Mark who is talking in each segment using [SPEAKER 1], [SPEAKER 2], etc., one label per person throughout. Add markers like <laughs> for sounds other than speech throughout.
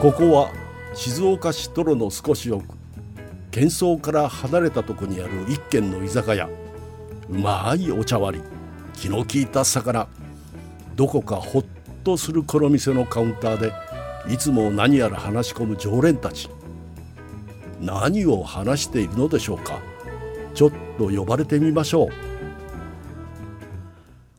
[SPEAKER 1] ここは静岡市泥の少し奥喧騒から離れたとこにある一軒の居酒屋うまいお茶割り気の利いた魚どこかほっとするこの店のカウンターでいつも何やら話し込む常連たち何を話しているのでしょうかちょっと呼ばれてみましょう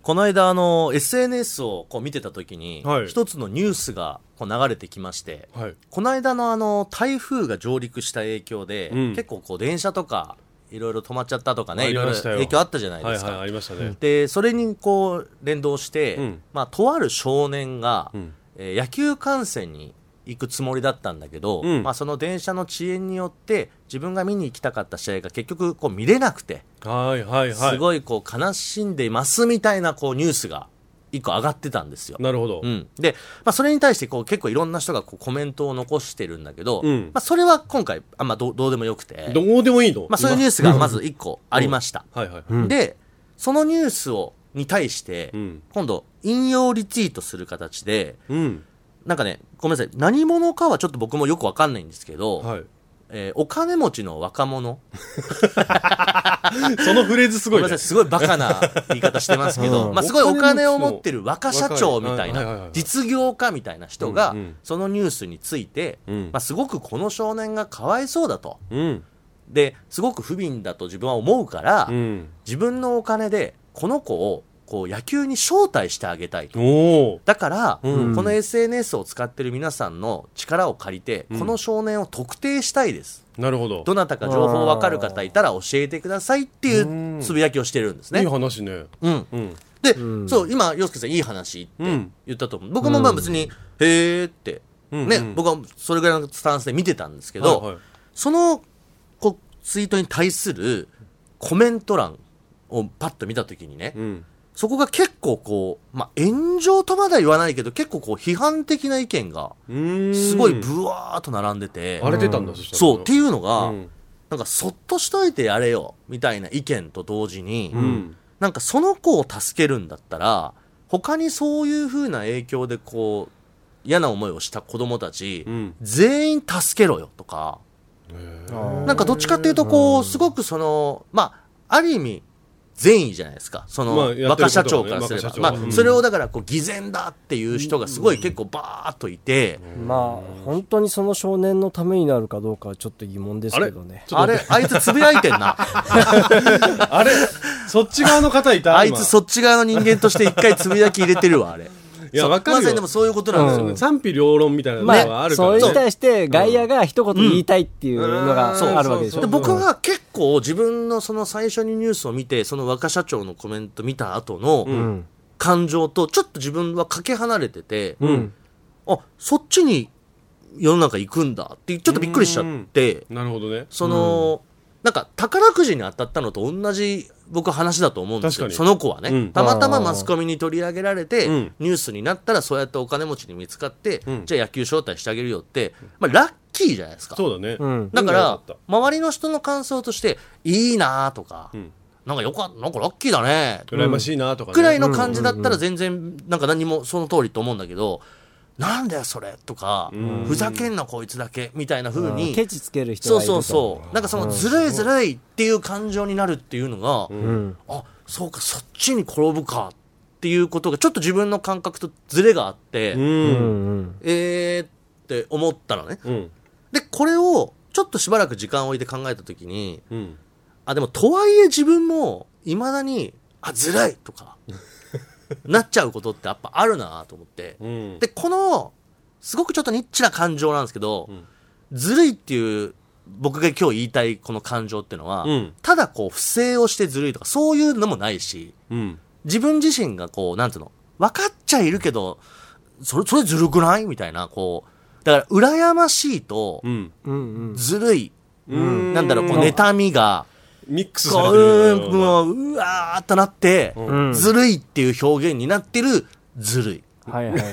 [SPEAKER 2] この間あの SNS をこう見てた時に、
[SPEAKER 3] はい
[SPEAKER 2] 一つのニュースがこう流れてきまして
[SPEAKER 3] はい。
[SPEAKER 2] この間のあの台風が上陸した影響で、
[SPEAKER 3] うん
[SPEAKER 2] 結構こう電車とかいろいろ止まっちゃったとかね
[SPEAKER 3] あ
[SPEAKER 2] い
[SPEAKER 3] り
[SPEAKER 2] ろいろ
[SPEAKER 3] ましたよ
[SPEAKER 2] 影響あったじゃない
[SPEAKER 3] はい
[SPEAKER 2] ですか、
[SPEAKER 3] はい、ありましたね。
[SPEAKER 2] でそれにこう連動して、
[SPEAKER 3] うん
[SPEAKER 2] まあ、とある少年が、
[SPEAKER 3] うん
[SPEAKER 2] えー野球観戦に行くつもりだったんだけど、
[SPEAKER 3] うん
[SPEAKER 2] まあ、その電車の遅延によって自分が見に行きたかった試合が結局こう見れなくて、
[SPEAKER 3] はいはいはい。
[SPEAKER 2] すごいこう悲しんでいますみたいなこうニュースが一個上がってたんですよ。
[SPEAKER 3] なるほど
[SPEAKER 2] う。ん、で、まあ、それに対してこう結構いろんな人がこうコメントを残してるんだけど、
[SPEAKER 3] うん
[SPEAKER 2] まあ、それは今回あんまどうどうでもよくて、
[SPEAKER 3] どうでもいいの
[SPEAKER 2] まあ、そういうニュースがまず一個ありました。
[SPEAKER 3] 今はいはい。
[SPEAKER 2] で、そのニュースを、に対して、
[SPEAKER 3] うん
[SPEAKER 2] 今度、引用リツイートする形で、
[SPEAKER 3] うん。
[SPEAKER 2] なんかね、ごめんなさい、何者かはちょっと僕もよくわかんないんですけど、
[SPEAKER 3] はい。
[SPEAKER 2] えーお金持ちの若者、
[SPEAKER 3] そのフレーズす
[SPEAKER 2] ご
[SPEAKER 3] ご
[SPEAKER 2] めん
[SPEAKER 3] い
[SPEAKER 2] な
[SPEAKER 3] ね
[SPEAKER 2] さい、。すごいバカな言い方してますけど、
[SPEAKER 3] うん
[SPEAKER 2] まあ、すごいお金を
[SPEAKER 3] お金持ちの
[SPEAKER 2] 持ってる若社長みた
[SPEAKER 3] 若
[SPEAKER 2] い
[SPEAKER 3] いはいはいは、
[SPEAKER 2] ない実業家みたいな人が、
[SPEAKER 3] うんうん
[SPEAKER 2] そのニュースについて、
[SPEAKER 3] うん
[SPEAKER 2] まあ、すごくこの少年がかわいそうだと。
[SPEAKER 3] うん。
[SPEAKER 2] で、すごく不憫だと自分は思うから、
[SPEAKER 3] うん。
[SPEAKER 2] 自分のお金でこの子をこう野球に招待してあげたいと。
[SPEAKER 3] おー。
[SPEAKER 2] だから、
[SPEAKER 3] うん
[SPEAKER 2] この SNS を使ってる皆さんの力を借りて、
[SPEAKER 3] うん
[SPEAKER 2] この少年を特定したいです。
[SPEAKER 3] なるほど。
[SPEAKER 2] どなたか情報わかる方いたら教えてくださいっていううんつぶやきをしてるんです
[SPEAKER 3] いい
[SPEAKER 2] ね。
[SPEAKER 3] 話ね。
[SPEAKER 2] うん。
[SPEAKER 3] うん。
[SPEAKER 2] で、そう、今、洋介さんいい話って
[SPEAKER 3] うん
[SPEAKER 2] 言ったと思う。僕もまあ別に、へーって、
[SPEAKER 3] うん
[SPEAKER 2] ね、
[SPEAKER 3] うん
[SPEAKER 2] 僕はそれぐらいのスタンスで見てたんですけ
[SPEAKER 3] け
[SPEAKER 2] ど、そのこうツイートに対するコメント欄をパッと見たときにね、
[SPEAKER 3] うん。
[SPEAKER 2] そこが結構こう、まあ、炎上とまでは言わないけど、結構こう批判的な意見が、
[SPEAKER 3] うーん。
[SPEAKER 2] すごいブワーっと並んでて、
[SPEAKER 3] 荒れてたんだ、そしたら。
[SPEAKER 2] そう、って
[SPEAKER 3] う
[SPEAKER 2] いうのが、
[SPEAKER 3] ん
[SPEAKER 2] なんかそっとしといてやれよ、みたいな意見と同時に、
[SPEAKER 3] うん。
[SPEAKER 2] なんかその子を助けるんだったら、他にそういう風な影響でこう、嫌な思いをした子供たち、
[SPEAKER 3] うん。
[SPEAKER 2] 全員助けろよとか、
[SPEAKER 4] な
[SPEAKER 2] なんかどっちかっていうと、こう、すごくその、まあ、ある意味、善意じゃないですか。その、
[SPEAKER 3] まあやってること
[SPEAKER 2] 若
[SPEAKER 3] はね
[SPEAKER 2] 社長からすれば。
[SPEAKER 3] 若社長
[SPEAKER 2] ま
[SPEAKER 3] は
[SPEAKER 2] あ、
[SPEAKER 3] うん
[SPEAKER 2] それをだから、こう、偽善だっていう人がすごい結構バーっといて、
[SPEAKER 4] まあ本当にその少年のためになるかどうかはちょっと疑問ですけどね
[SPEAKER 2] あれ、あいつつぶやいてん
[SPEAKER 3] <laughs>
[SPEAKER 2] な。
[SPEAKER 3] あれそっち側の方いた
[SPEAKER 2] <laughs> あいつそっち側の人間として一回つぶやき入れてるわ、あれ。
[SPEAKER 3] いや、わか
[SPEAKER 2] ま
[SPEAKER 3] る
[SPEAKER 2] さに
[SPEAKER 3] よ
[SPEAKER 2] でも。そういうことなんですよ。
[SPEAKER 4] うん
[SPEAKER 3] 賛否両論みたいなの
[SPEAKER 4] ま
[SPEAKER 3] はあ
[SPEAKER 4] あ
[SPEAKER 3] るから
[SPEAKER 4] そ
[SPEAKER 3] ね。
[SPEAKER 4] れに対して外野が一言言いたいっていうの
[SPEAKER 3] うん
[SPEAKER 4] があるわけでし
[SPEAKER 3] そうそうそう
[SPEAKER 4] ょ
[SPEAKER 2] で
[SPEAKER 3] うん
[SPEAKER 2] 僕は結構自分のその最初にニュースを見て、その若社長のコメント見た後
[SPEAKER 4] う
[SPEAKER 2] の
[SPEAKER 4] ん
[SPEAKER 2] 感情と、ちょっと自分はかけ離れてて、
[SPEAKER 3] うん。
[SPEAKER 2] あそっちに世の中行くんだっていうちょっとびっくりしちゃって
[SPEAKER 3] なるほどね。
[SPEAKER 2] その、なんか宝くじに当たったのと同じ僕話だと思うんですよ
[SPEAKER 3] 確かに
[SPEAKER 2] その子はね、
[SPEAKER 3] うん
[SPEAKER 2] たまたまマスコミに取り上げられて、
[SPEAKER 3] うん
[SPEAKER 2] ニュースになったらそうやってお金持ちに見つかって、
[SPEAKER 3] うん
[SPEAKER 2] じゃあ野球招待してあげるよって、まあ、ラッキーじゃないですか
[SPEAKER 3] そうだね。
[SPEAKER 4] うん
[SPEAKER 2] だ
[SPEAKER 3] いい
[SPEAKER 2] か
[SPEAKER 3] んじゃな
[SPEAKER 2] ら
[SPEAKER 3] かった
[SPEAKER 2] 周りの人の感想としていいなーとか、
[SPEAKER 3] うん
[SPEAKER 2] なんかよかったなんかラッキーだね
[SPEAKER 3] 羨ましいなとかね。
[SPEAKER 2] くらいの感じだったら全然なんか何もその通りと思うんだけど、なんだよそれとか、ふざけんなこいつだけみたいな風
[SPEAKER 4] うん
[SPEAKER 2] に、
[SPEAKER 4] ケチつける人
[SPEAKER 2] そう
[SPEAKER 4] がいる
[SPEAKER 2] そ
[SPEAKER 4] と
[SPEAKER 2] うそうなんかそのずるいずるいっていう感情になるっていうのが、
[SPEAKER 4] うん
[SPEAKER 2] あそうかそっちに転ぶかっていうことがちょっと自分の感覚とずれがあって、
[SPEAKER 4] う
[SPEAKER 3] うん。
[SPEAKER 4] ん
[SPEAKER 2] えーって思ったのね
[SPEAKER 3] うん。
[SPEAKER 2] でこれをちょっとしばらく時間を置いて考えた時に
[SPEAKER 3] うん。
[SPEAKER 2] あでもとはいえ自分もいまだにあずるいとかなっちゃうことってやっぱあるなと思って、
[SPEAKER 3] うん。
[SPEAKER 2] でこのすごくちょっとニッチな感情なんですけど、
[SPEAKER 3] ん
[SPEAKER 2] ずるいっていう僕が今日言いたいこの感情っていうのは、
[SPEAKER 3] うん
[SPEAKER 2] ただこう不正をしてずるいとかそういうのもないし
[SPEAKER 3] うん。
[SPEAKER 2] 自分自身がこうなんていうの分かっちゃいるけどそれそれずるくないみたいなこうだから羨ましいと
[SPEAKER 3] うん。
[SPEAKER 4] うんうん
[SPEAKER 2] ずるい、
[SPEAKER 3] うん
[SPEAKER 2] なんだろうこう妬みが。
[SPEAKER 3] ミックスされ
[SPEAKER 2] こ
[SPEAKER 3] て
[SPEAKER 2] う、う
[SPEAKER 3] る
[SPEAKER 2] ーん、もう、うわーっとなって、
[SPEAKER 4] うん
[SPEAKER 2] ずるいっていう表現になってる、ずるい。
[SPEAKER 4] はいはいはい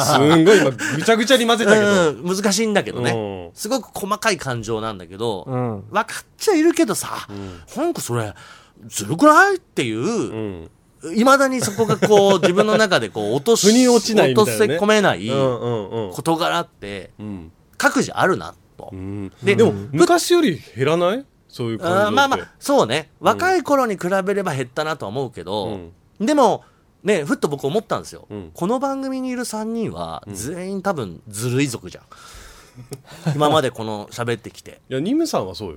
[SPEAKER 3] すんごい今、ぐちゃぐちゃに混ぜたけど。
[SPEAKER 2] うん、難しいんだけどね
[SPEAKER 3] う。ん
[SPEAKER 2] すごく細かい感情なんだけど、
[SPEAKER 4] うん
[SPEAKER 2] 分かっちゃいるけどさ、なんかそれ、ずるくないっていう、
[SPEAKER 3] うん。
[SPEAKER 2] いまだにそこがこう、自分の中でこう、落とし、
[SPEAKER 3] 腑に落ちないみたいなね
[SPEAKER 2] 落とせ込めない
[SPEAKER 3] うんうんうん
[SPEAKER 2] 事柄って、
[SPEAKER 3] うん
[SPEAKER 2] 各自あるな、と。
[SPEAKER 3] うん
[SPEAKER 2] で
[SPEAKER 3] でも昔より減らないそういう感情っ
[SPEAKER 2] あー
[SPEAKER 3] て
[SPEAKER 2] まあまあ、そうね。若い頃に比べれば減ったなとは思うけど、でも、ね、ふっと僕思ったんですよ。
[SPEAKER 3] うん
[SPEAKER 2] この番組にいる3人は、全員多分ずるい族じゃん。 <laughs> 今までこの喋ってきて。
[SPEAKER 3] いやニムさんはそうよ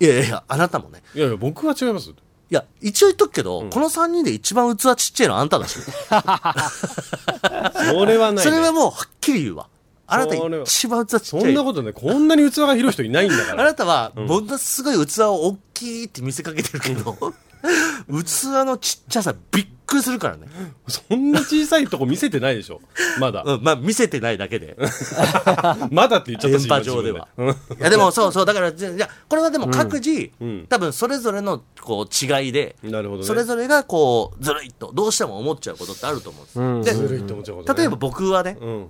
[SPEAKER 2] いやいやいや、あなたもね。
[SPEAKER 3] いやいや僕は違います
[SPEAKER 2] いや、一応言っとくけど、この3人で一番器ちっちゃいのはあん
[SPEAKER 3] <laughs>
[SPEAKER 2] ただし。
[SPEAKER 3] それはないね
[SPEAKER 2] それはもうはっきり言うわ。あなた
[SPEAKER 3] それは
[SPEAKER 2] 一番器ちっち
[SPEAKER 3] そ
[SPEAKER 2] ゃ
[SPEAKER 3] ん
[SPEAKER 2] い
[SPEAKER 3] な。ことねこんなに器が広い人いないんだか
[SPEAKER 2] あ
[SPEAKER 3] ら
[SPEAKER 2] なたは、ものすごい器を大きいって見せかけてるけ
[SPEAKER 3] <laughs>
[SPEAKER 2] ど、器のちっちゃさびっくりするからね。
[SPEAKER 3] そんな小さいとこ見せてないでしょまだ
[SPEAKER 2] うん、まあ見せてないだけで、
[SPEAKER 3] まだって言っちゃった
[SPEAKER 2] 電
[SPEAKER 3] し
[SPEAKER 2] 波上では。 <laughs> いやでもそうそう、だから、じゃじゃこれはでも各自、
[SPEAKER 3] うん
[SPEAKER 2] 多分それぞれのこう違いで、
[SPEAKER 3] なるほどね
[SPEAKER 2] それぞれがこう、ずるいと、どうしても思っちゃうことってあると思うんです
[SPEAKER 3] ず
[SPEAKER 2] よ。
[SPEAKER 3] るいって思っちゃうこと
[SPEAKER 2] で、
[SPEAKER 3] ね
[SPEAKER 2] 例えば僕はね、
[SPEAKER 3] うん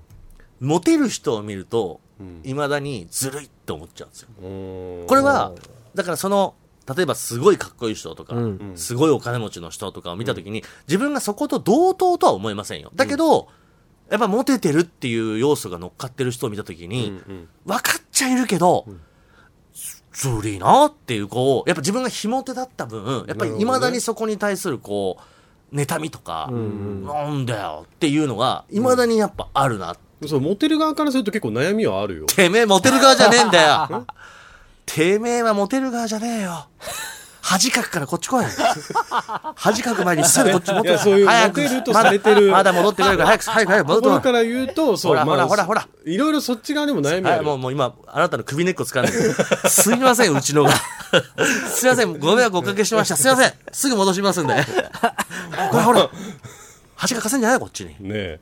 [SPEAKER 2] モテる人を見ると、いまだにずるいって思っちゃうんですよ。
[SPEAKER 3] うん
[SPEAKER 2] これは、だからその、例えばすごいかっこいい人とか、
[SPEAKER 4] ん
[SPEAKER 2] すごいお金持ちの人とかを見たときに、自分がそこと同等とは思いませんよ。だけど、やっぱモテてるっていう要素が乗っかってる人を見たときに、分かっちゃいるけど、ずずるいなっていう、こう、やっぱ自分が非モテだった分、やっぱり未だにそこに対するこう、妬みとか、なんだよっていうのが、未だにやっぱあるな。
[SPEAKER 3] そうモテる側からすると結構悩みはあるよ
[SPEAKER 2] てめえモテる側じゃねえんだ
[SPEAKER 3] <laughs>
[SPEAKER 2] よ。てめえはモテる側じゃねえよ。恥かくからこっち
[SPEAKER 3] <laughs>
[SPEAKER 2] 来い。恥かく前にすぐこっち持って
[SPEAKER 3] いやそういう
[SPEAKER 2] 早く
[SPEAKER 3] モテるとされてる
[SPEAKER 2] まだまだ戻ってくれるから早く、早く、早く
[SPEAKER 3] とこ
[SPEAKER 2] 戻
[SPEAKER 3] ろ
[SPEAKER 2] って
[SPEAKER 3] か
[SPEAKER 2] く
[SPEAKER 3] ら言うとそう
[SPEAKER 2] ほら
[SPEAKER 3] まあ
[SPEAKER 2] ほらほらほ
[SPEAKER 3] いろいろそっち側にも悩み
[SPEAKER 2] れ。は
[SPEAKER 3] あ
[SPEAKER 2] い、
[SPEAKER 3] る
[SPEAKER 2] もう
[SPEAKER 3] よ
[SPEAKER 2] もう今、あなたの首根っこ掴んでる。すいません、うちのが。 <laughs> すいません、ご迷惑おかけしました。すいません、すぐ戻しますんで。
[SPEAKER 3] <laughs>
[SPEAKER 2] ほらほら。恥かかせんじゃないよ、こっちに。
[SPEAKER 3] ねえ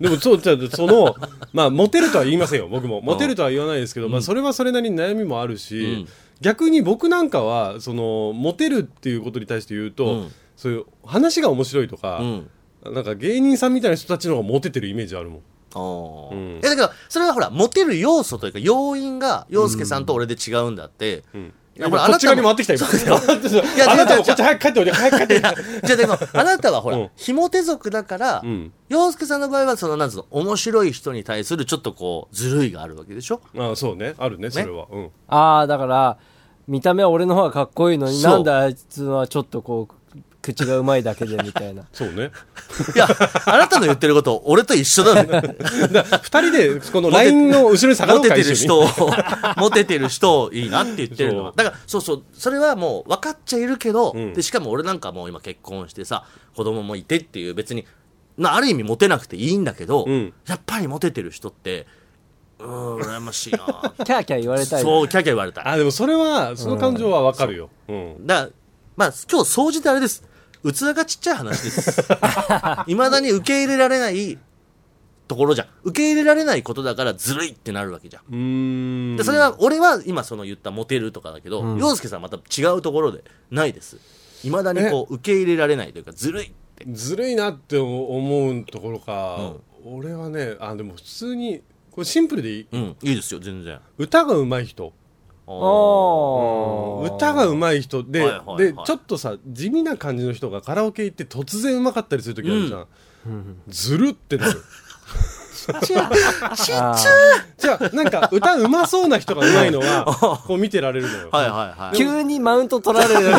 [SPEAKER 3] でもそうじゃあその <laughs> まあモテるとは言いませんよ僕もモテるとは言わないですけど、まあ、それはそれなりに悩みもあるし、逆に僕なんかはそのモテるっていうことに対して言うと、
[SPEAKER 2] うん
[SPEAKER 3] そういう話が面白いとか、
[SPEAKER 2] うん。
[SPEAKER 3] なんか芸人さんみたいな人たちの方がモテてるイメージあるもん
[SPEAKER 2] おー
[SPEAKER 3] うん
[SPEAKER 2] いやだけどそれはほらモテる要素というか要因が陽介さんと俺で違うんだって、いやほら
[SPEAKER 3] こっち側に
[SPEAKER 2] も <laughs>
[SPEAKER 3] 回ってきた今 <laughs>
[SPEAKER 2] や
[SPEAKER 3] あなた
[SPEAKER 2] 違
[SPEAKER 3] も
[SPEAKER 2] う違う
[SPEAKER 3] こっち早く帰っておいで早く帰
[SPEAKER 2] <laughs>
[SPEAKER 3] っておいで
[SPEAKER 2] じゃあでもあなたはほら、
[SPEAKER 3] うん
[SPEAKER 2] 非モテ族だから、
[SPEAKER 3] ん
[SPEAKER 2] 陽介さんの場合はそのなんつうの面白い人に対するちょっとこうずるいがあるわけでしょ
[SPEAKER 3] ああそうねあるねそれは、うん
[SPEAKER 4] ああだから見た目は俺の方がかっこいいのに
[SPEAKER 2] そう
[SPEAKER 4] なんであいつはちょっとこう口がうまいだけでみたいな
[SPEAKER 3] そうね
[SPEAKER 2] いやあなたの言ってること俺と一緒だね
[SPEAKER 3] 二人でこ
[SPEAKER 2] <laughs>
[SPEAKER 3] のラインの後ろに下がろう
[SPEAKER 2] モテ
[SPEAKER 3] か
[SPEAKER 2] て
[SPEAKER 3] 一緒
[SPEAKER 2] る
[SPEAKER 3] に
[SPEAKER 2] 人をモテてる人いいなって言ってるのは
[SPEAKER 3] そう
[SPEAKER 2] だからそうそうそれはもう分かっちゃいるけど、
[SPEAKER 3] ん
[SPEAKER 2] でしかも俺なんかもう今結婚してさ子供もいてっていう別になある意味モテなくていいんだけど、
[SPEAKER 3] ん
[SPEAKER 2] やっぱりモテてる人ってうーん羨ましいな
[SPEAKER 4] キャーキャー言われたい
[SPEAKER 2] そうキャーキャー言われたい
[SPEAKER 3] あでもそれはその感情はわかるよ、うん、
[SPEAKER 2] だからまあ今日総じてあれです器がちっちゃい話ですいまだに受け入れられないところじゃん受け入れられないことだからずるいってなるわけじゃん
[SPEAKER 3] うーん
[SPEAKER 2] でそれは俺は今その言ったモテるとかだけど、洋介さんはまた違うところでないですいまだにこう受け入れられないというかずるいって
[SPEAKER 3] ずるいなって思うところか、俺はねあでも普通にこれシンプルでいい
[SPEAKER 2] うんいいですよ全然
[SPEAKER 3] 歌が上手い人
[SPEAKER 2] あ
[SPEAKER 4] あ
[SPEAKER 2] ー
[SPEAKER 4] ー
[SPEAKER 3] 歌が上手い人で,、
[SPEAKER 2] はいはいはい
[SPEAKER 3] でちょっとさ地味な感じの人がカラオケ行って突然上手かったりする時あるじゃん、ずるってなる <laughs>
[SPEAKER 4] あ
[SPEAKER 3] じゃあなんか歌上手そうな人が上手いの
[SPEAKER 4] <laughs>
[SPEAKER 3] はこう見てられるのよ、
[SPEAKER 2] はいはいは
[SPEAKER 4] ー
[SPEAKER 2] い
[SPEAKER 4] 急にマウント取られる
[SPEAKER 3] あ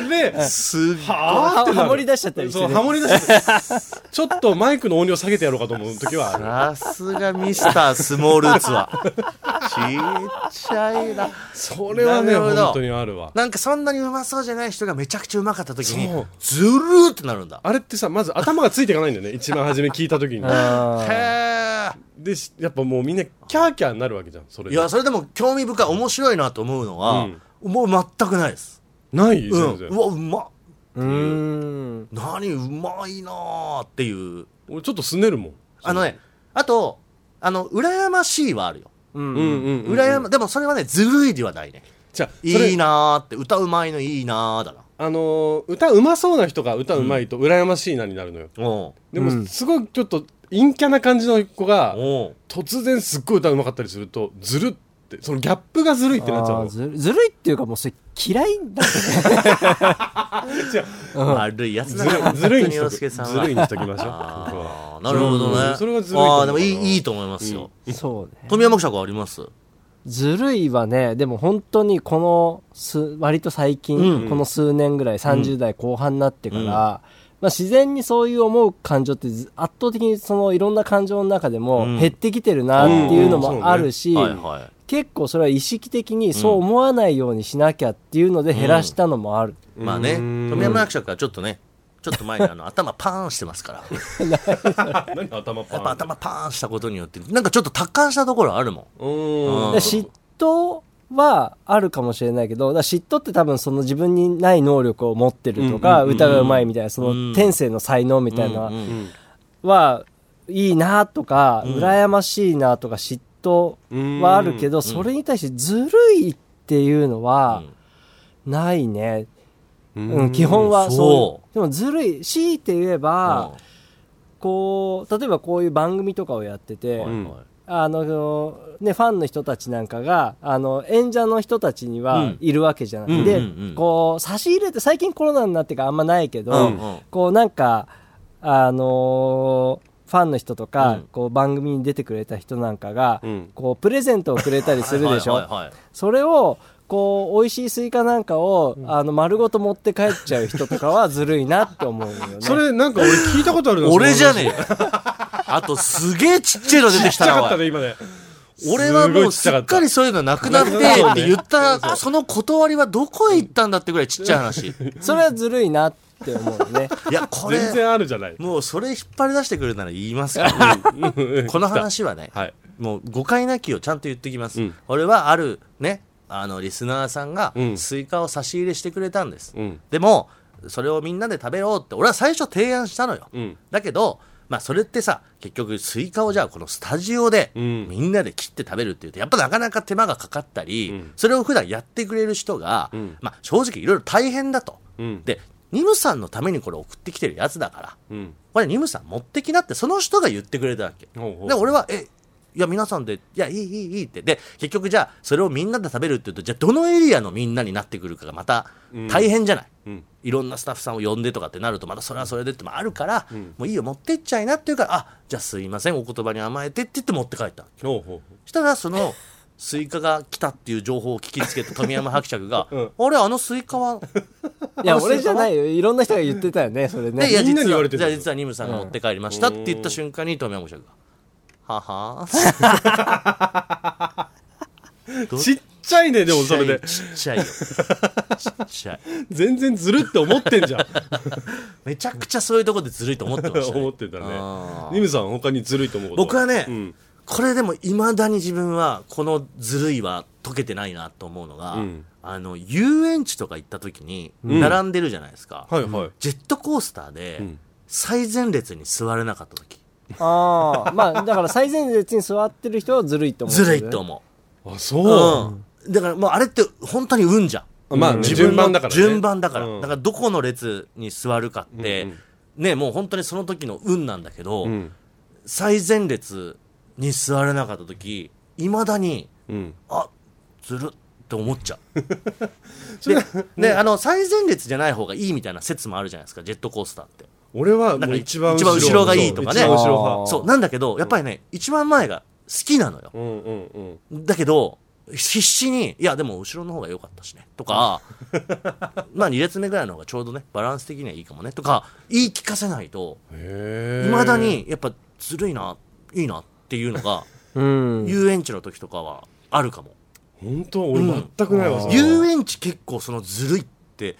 [SPEAKER 3] れ
[SPEAKER 2] すっ
[SPEAKER 3] はあってな
[SPEAKER 4] ハ
[SPEAKER 3] る
[SPEAKER 4] モり出しちゃったりして
[SPEAKER 3] そう
[SPEAKER 4] ね
[SPEAKER 3] ハモり出してちょっとマイクの音量下げてやろうかと思う時
[SPEAKER 4] <laughs>
[SPEAKER 3] はある
[SPEAKER 2] さすがミスタースモールーツはちっちゃいな
[SPEAKER 3] それはね
[SPEAKER 2] なるほど
[SPEAKER 3] 本当にあるわ
[SPEAKER 2] なんかそんなにうまそうじゃない人がめちゃくちゃうまかった時に
[SPEAKER 3] そう
[SPEAKER 2] ずるーってなるんだ
[SPEAKER 3] あれってさまず頭がついていかないんだよね一番初め聞いた時に
[SPEAKER 4] あー
[SPEAKER 2] へえ
[SPEAKER 3] でしやっぱもうみんなキャーキャーになるわけじゃんそれ
[SPEAKER 2] いやそれでも興味深い面白いなと思うのは、もう全くないです
[SPEAKER 3] ない全
[SPEAKER 2] うん
[SPEAKER 3] 然、
[SPEAKER 2] うわうまっ
[SPEAKER 4] うーん
[SPEAKER 2] 何うまいなーっていう
[SPEAKER 3] 俺ちょっとすねるもん
[SPEAKER 2] あのねあとあの羨ましいはあるよ、
[SPEAKER 4] うん
[SPEAKER 3] うんうんうん、
[SPEAKER 2] 羨までもそれはねずるいではないね
[SPEAKER 3] じゃあそれ
[SPEAKER 2] いいなーって歌うまいのいいなーだな
[SPEAKER 3] あのー歌うまそうな人が歌うまいと羨ましいなになるのよ、
[SPEAKER 2] お
[SPEAKER 3] で
[SPEAKER 4] う
[SPEAKER 3] も
[SPEAKER 4] ん
[SPEAKER 3] すごいちょっと陰キャな感じの子
[SPEAKER 2] う
[SPEAKER 3] が
[SPEAKER 2] おう
[SPEAKER 3] 突然すっごい歌うまかったりするとずるってってそのギャップがずるいってなっちゃ
[SPEAKER 4] あ
[SPEAKER 3] う
[SPEAKER 4] ー
[SPEAKER 3] の
[SPEAKER 4] ずるずるいっていうかもうそれ嫌いだ
[SPEAKER 2] 悪いやつ
[SPEAKER 3] ず
[SPEAKER 2] だ
[SPEAKER 3] る
[SPEAKER 2] な。
[SPEAKER 3] ずるいにし
[SPEAKER 2] 本
[SPEAKER 3] と
[SPEAKER 2] 当洋
[SPEAKER 3] く
[SPEAKER 2] <laughs> 介さんは
[SPEAKER 3] ずるいにしときましょう
[SPEAKER 2] あーなるほどね。
[SPEAKER 3] うんそれはずるいと
[SPEAKER 2] あ
[SPEAKER 3] 思う
[SPEAKER 2] あー、でもいい、いいと思いますよ。
[SPEAKER 4] そうね
[SPEAKER 2] 富山記者があります。
[SPEAKER 4] ずるいはねでも本当にこの数割と最近、
[SPEAKER 2] うん
[SPEAKER 4] この数年ぐらい30代後半になってから、まあ、自然にそういう思う感情ってず圧倒的にそのいろんな感情の中でも
[SPEAKER 2] うん
[SPEAKER 4] 減ってきてるなっていうのもあるし、
[SPEAKER 2] はいはい。
[SPEAKER 4] 結構それは意識的にそう思わないようにしなきゃっていうので減らしたのもある、
[SPEAKER 2] まあね、
[SPEAKER 3] うん
[SPEAKER 2] 富山役者がちょっとね、ちょっと前に <laughs> あの頭パーンしてますから、や
[SPEAKER 3] <laughs> 何頭パ
[SPEAKER 2] っぱ
[SPEAKER 3] ン
[SPEAKER 2] 頭パーンしたことによって、なんかちょっと達観したところあるもん。
[SPEAKER 3] うーん
[SPEAKER 2] うん
[SPEAKER 4] で嫉妬はあるかもしれないけどだから嫉妬って多分その自分にない能力を持ってるとか、
[SPEAKER 3] うんうんうんうん
[SPEAKER 4] 歌がうまいみたいなそ
[SPEAKER 2] うん
[SPEAKER 4] の天性の才能みたいなのは
[SPEAKER 2] うんうん
[SPEAKER 3] うん
[SPEAKER 4] はいいなとか、
[SPEAKER 2] うん
[SPEAKER 4] 羨ましいなとか嫉妬はあるけど、それに対してずるいっていうのはないね、
[SPEAKER 3] うん
[SPEAKER 4] うん、基本は
[SPEAKER 2] そ
[SPEAKER 4] そううでもずるい強いて言えば、こう例えばこういう番組とかをやってて、
[SPEAKER 2] うん
[SPEAKER 3] ん
[SPEAKER 2] はいはい
[SPEAKER 4] あのね、ファンの人たちなんかがあの演者の人たちに
[SPEAKER 2] う
[SPEAKER 4] は
[SPEAKER 2] ん
[SPEAKER 4] いるわけじゃない、
[SPEAKER 3] うん
[SPEAKER 4] で、
[SPEAKER 2] うんうん
[SPEAKER 4] こう差し入れって最近コロナになってからあんまないけど、
[SPEAKER 2] うんうん
[SPEAKER 4] こうなんか、あのーファンの人とか、
[SPEAKER 2] うん
[SPEAKER 4] こう番組に出てくれた人なんかが、
[SPEAKER 3] うん
[SPEAKER 4] こうプレゼントをくれたりするでしょ
[SPEAKER 2] はいはいはい
[SPEAKER 4] それをこう美味しいスイカなんかを、あの丸ごと持って帰っちゃう人とかはずるいなって思うよ
[SPEAKER 2] <laughs>
[SPEAKER 4] ね
[SPEAKER 3] それなんか <laughs> 俺聞いたことあるな
[SPEAKER 2] 俺じゃ
[SPEAKER 3] ね
[SPEAKER 2] ねえよ。 <laughs> あとすげえちっちゃいの出てき
[SPEAKER 3] ちったちゃ
[SPEAKER 2] な。
[SPEAKER 3] かった
[SPEAKER 2] おい
[SPEAKER 3] ね今ね
[SPEAKER 2] 俺はもうすっかり
[SPEAKER 3] す
[SPEAKER 2] そういうのなくなってって言った、その断りはどこへ行ったんだってぐらいちっちゃ
[SPEAKER 3] <laughs>
[SPEAKER 2] い話。い
[SPEAKER 4] それはずるいなって思うよね
[SPEAKER 2] や、
[SPEAKER 3] ご
[SPEAKER 2] こ
[SPEAKER 3] い
[SPEAKER 2] れ
[SPEAKER 3] ちっちゃかった、全然あるじゃない
[SPEAKER 2] もうそれ引っ張り出してくるなら言
[SPEAKER 3] <laughs>
[SPEAKER 2] いますから、この話はね、
[SPEAKER 3] はい
[SPEAKER 2] もう誤解なきをちゃんと言ってきます、
[SPEAKER 3] うん
[SPEAKER 2] 俺はあるねあのリスナーさんが
[SPEAKER 3] うん
[SPEAKER 2] スイカを差し入れしてくれたんです、
[SPEAKER 3] うん
[SPEAKER 2] でもそれをみんなで食べようって俺は最初提案したのよ、
[SPEAKER 3] うん
[SPEAKER 2] だけどまあそれってさ結局スイカをじゃあこのスタジオで
[SPEAKER 3] うん
[SPEAKER 2] みんなで切って食べるっていうとやっぱなかなか手間がかかったり、
[SPEAKER 3] うん
[SPEAKER 2] それを普段やってくれる人が、
[SPEAKER 3] うん
[SPEAKER 2] まあ正直いろいろ大変だと、
[SPEAKER 3] うん
[SPEAKER 2] でニムさんのためにこれ送ってきてるやつだから
[SPEAKER 3] うん
[SPEAKER 2] これニムさん持ってきなってその人が言ってくれたわけ
[SPEAKER 3] ほうほう
[SPEAKER 2] で俺はえいや皆さんでいやいいいいいいってで結局じゃあそれをみんなで食べるって言うとじゃあどのエリアのみんなになってくるかがまた大変じゃない、
[SPEAKER 3] うん
[SPEAKER 2] いろんなスタッフさんを呼んでとかってなるとまたそれはそれでってもあるから、もういいよ持ってっちゃいなっていうからあじゃあすいませんお言葉に甘えてって言って持って帰った
[SPEAKER 3] ほうほう
[SPEAKER 2] したら
[SPEAKER 3] <laughs>
[SPEAKER 2] そのスイカが来たっていう情報を聞きつけた富山伯
[SPEAKER 3] <laughs>
[SPEAKER 2] 爵が「
[SPEAKER 3] ん
[SPEAKER 2] あれあのスイ
[SPEAKER 3] <laughs>
[SPEAKER 2] カはい
[SPEAKER 4] や俺じゃないよいろんな人が言ってたよねそれね
[SPEAKER 2] でいや
[SPEAKER 3] みんなに
[SPEAKER 2] 実
[SPEAKER 3] 言わ
[SPEAKER 2] は
[SPEAKER 3] れて
[SPEAKER 2] じ
[SPEAKER 3] る
[SPEAKER 2] ゃあ実はニムさんが持って帰りましたって言った瞬間に富山伯爵が「はは
[SPEAKER 3] ちっちゃいねでもそれで
[SPEAKER 2] <laughs> ちっちゃいよ。ちっちゃい。
[SPEAKER 3] 全然ずるって思って <laughs> んじゃん
[SPEAKER 2] めちゃくちゃそういうとこでずるいと思ってました、
[SPEAKER 3] <laughs>
[SPEAKER 2] ね。
[SPEAKER 3] 思ってた
[SPEAKER 2] あ
[SPEAKER 3] ね
[SPEAKER 2] ー
[SPEAKER 3] ニムさん他にずるいと思うこと
[SPEAKER 2] 僕はね、
[SPEAKER 3] うん
[SPEAKER 2] これでもいまだに自分はこのずるいは解けてないなと思うのが、
[SPEAKER 3] うん
[SPEAKER 2] あの遊園地とか行った時に並んでるじゃないですか、
[SPEAKER 3] はいはい
[SPEAKER 2] ジェットコースターで
[SPEAKER 3] ん
[SPEAKER 2] 最前列に座れなかった時、
[SPEAKER 4] ああまあだから最前列に座ってる人はずるいと思うけ
[SPEAKER 2] ず
[SPEAKER 4] どね
[SPEAKER 2] るいと思
[SPEAKER 3] あ
[SPEAKER 2] う、
[SPEAKER 3] そう
[SPEAKER 2] うん、だからもうあれって本当に運じゃん
[SPEAKER 3] まあ、
[SPEAKER 2] 自
[SPEAKER 3] 自
[SPEAKER 2] 分
[SPEAKER 3] 分
[SPEAKER 2] の
[SPEAKER 3] 番だから、ね。
[SPEAKER 2] 順番だから、
[SPEAKER 3] うん
[SPEAKER 2] だからどこの列に座るかって、
[SPEAKER 3] うんうん
[SPEAKER 2] ねもう本当にその時の運なんだけど、
[SPEAKER 3] うん。
[SPEAKER 2] 最前列に座れなかった時いまだに
[SPEAKER 3] うん。
[SPEAKER 2] あずるって思っちゃうでねあの最前列じゃない方がいいみたいな説もあるじゃないですかジェットコースターって
[SPEAKER 3] 俺はもう一番後ろ。
[SPEAKER 2] 一番後ろがいいとかね
[SPEAKER 3] そう一番後ろ派。
[SPEAKER 4] あー
[SPEAKER 2] そうなんだけどやっぱりね、一番前が好きなのよ
[SPEAKER 3] うんうんうん。
[SPEAKER 2] だけど必死にいやでも後ろの方が良かったしねとかまあ2列目ぐらいの方がちょうどねバランス的にはいいかもねとか言い聞かせないと
[SPEAKER 3] へ
[SPEAKER 2] いまだ。にやっぱずるいないいなっていうのが
[SPEAKER 4] うん
[SPEAKER 2] 遊園地の時とかはあるかも
[SPEAKER 3] 本当俺全くないわ、それ
[SPEAKER 2] 遊園地結構そのずるいって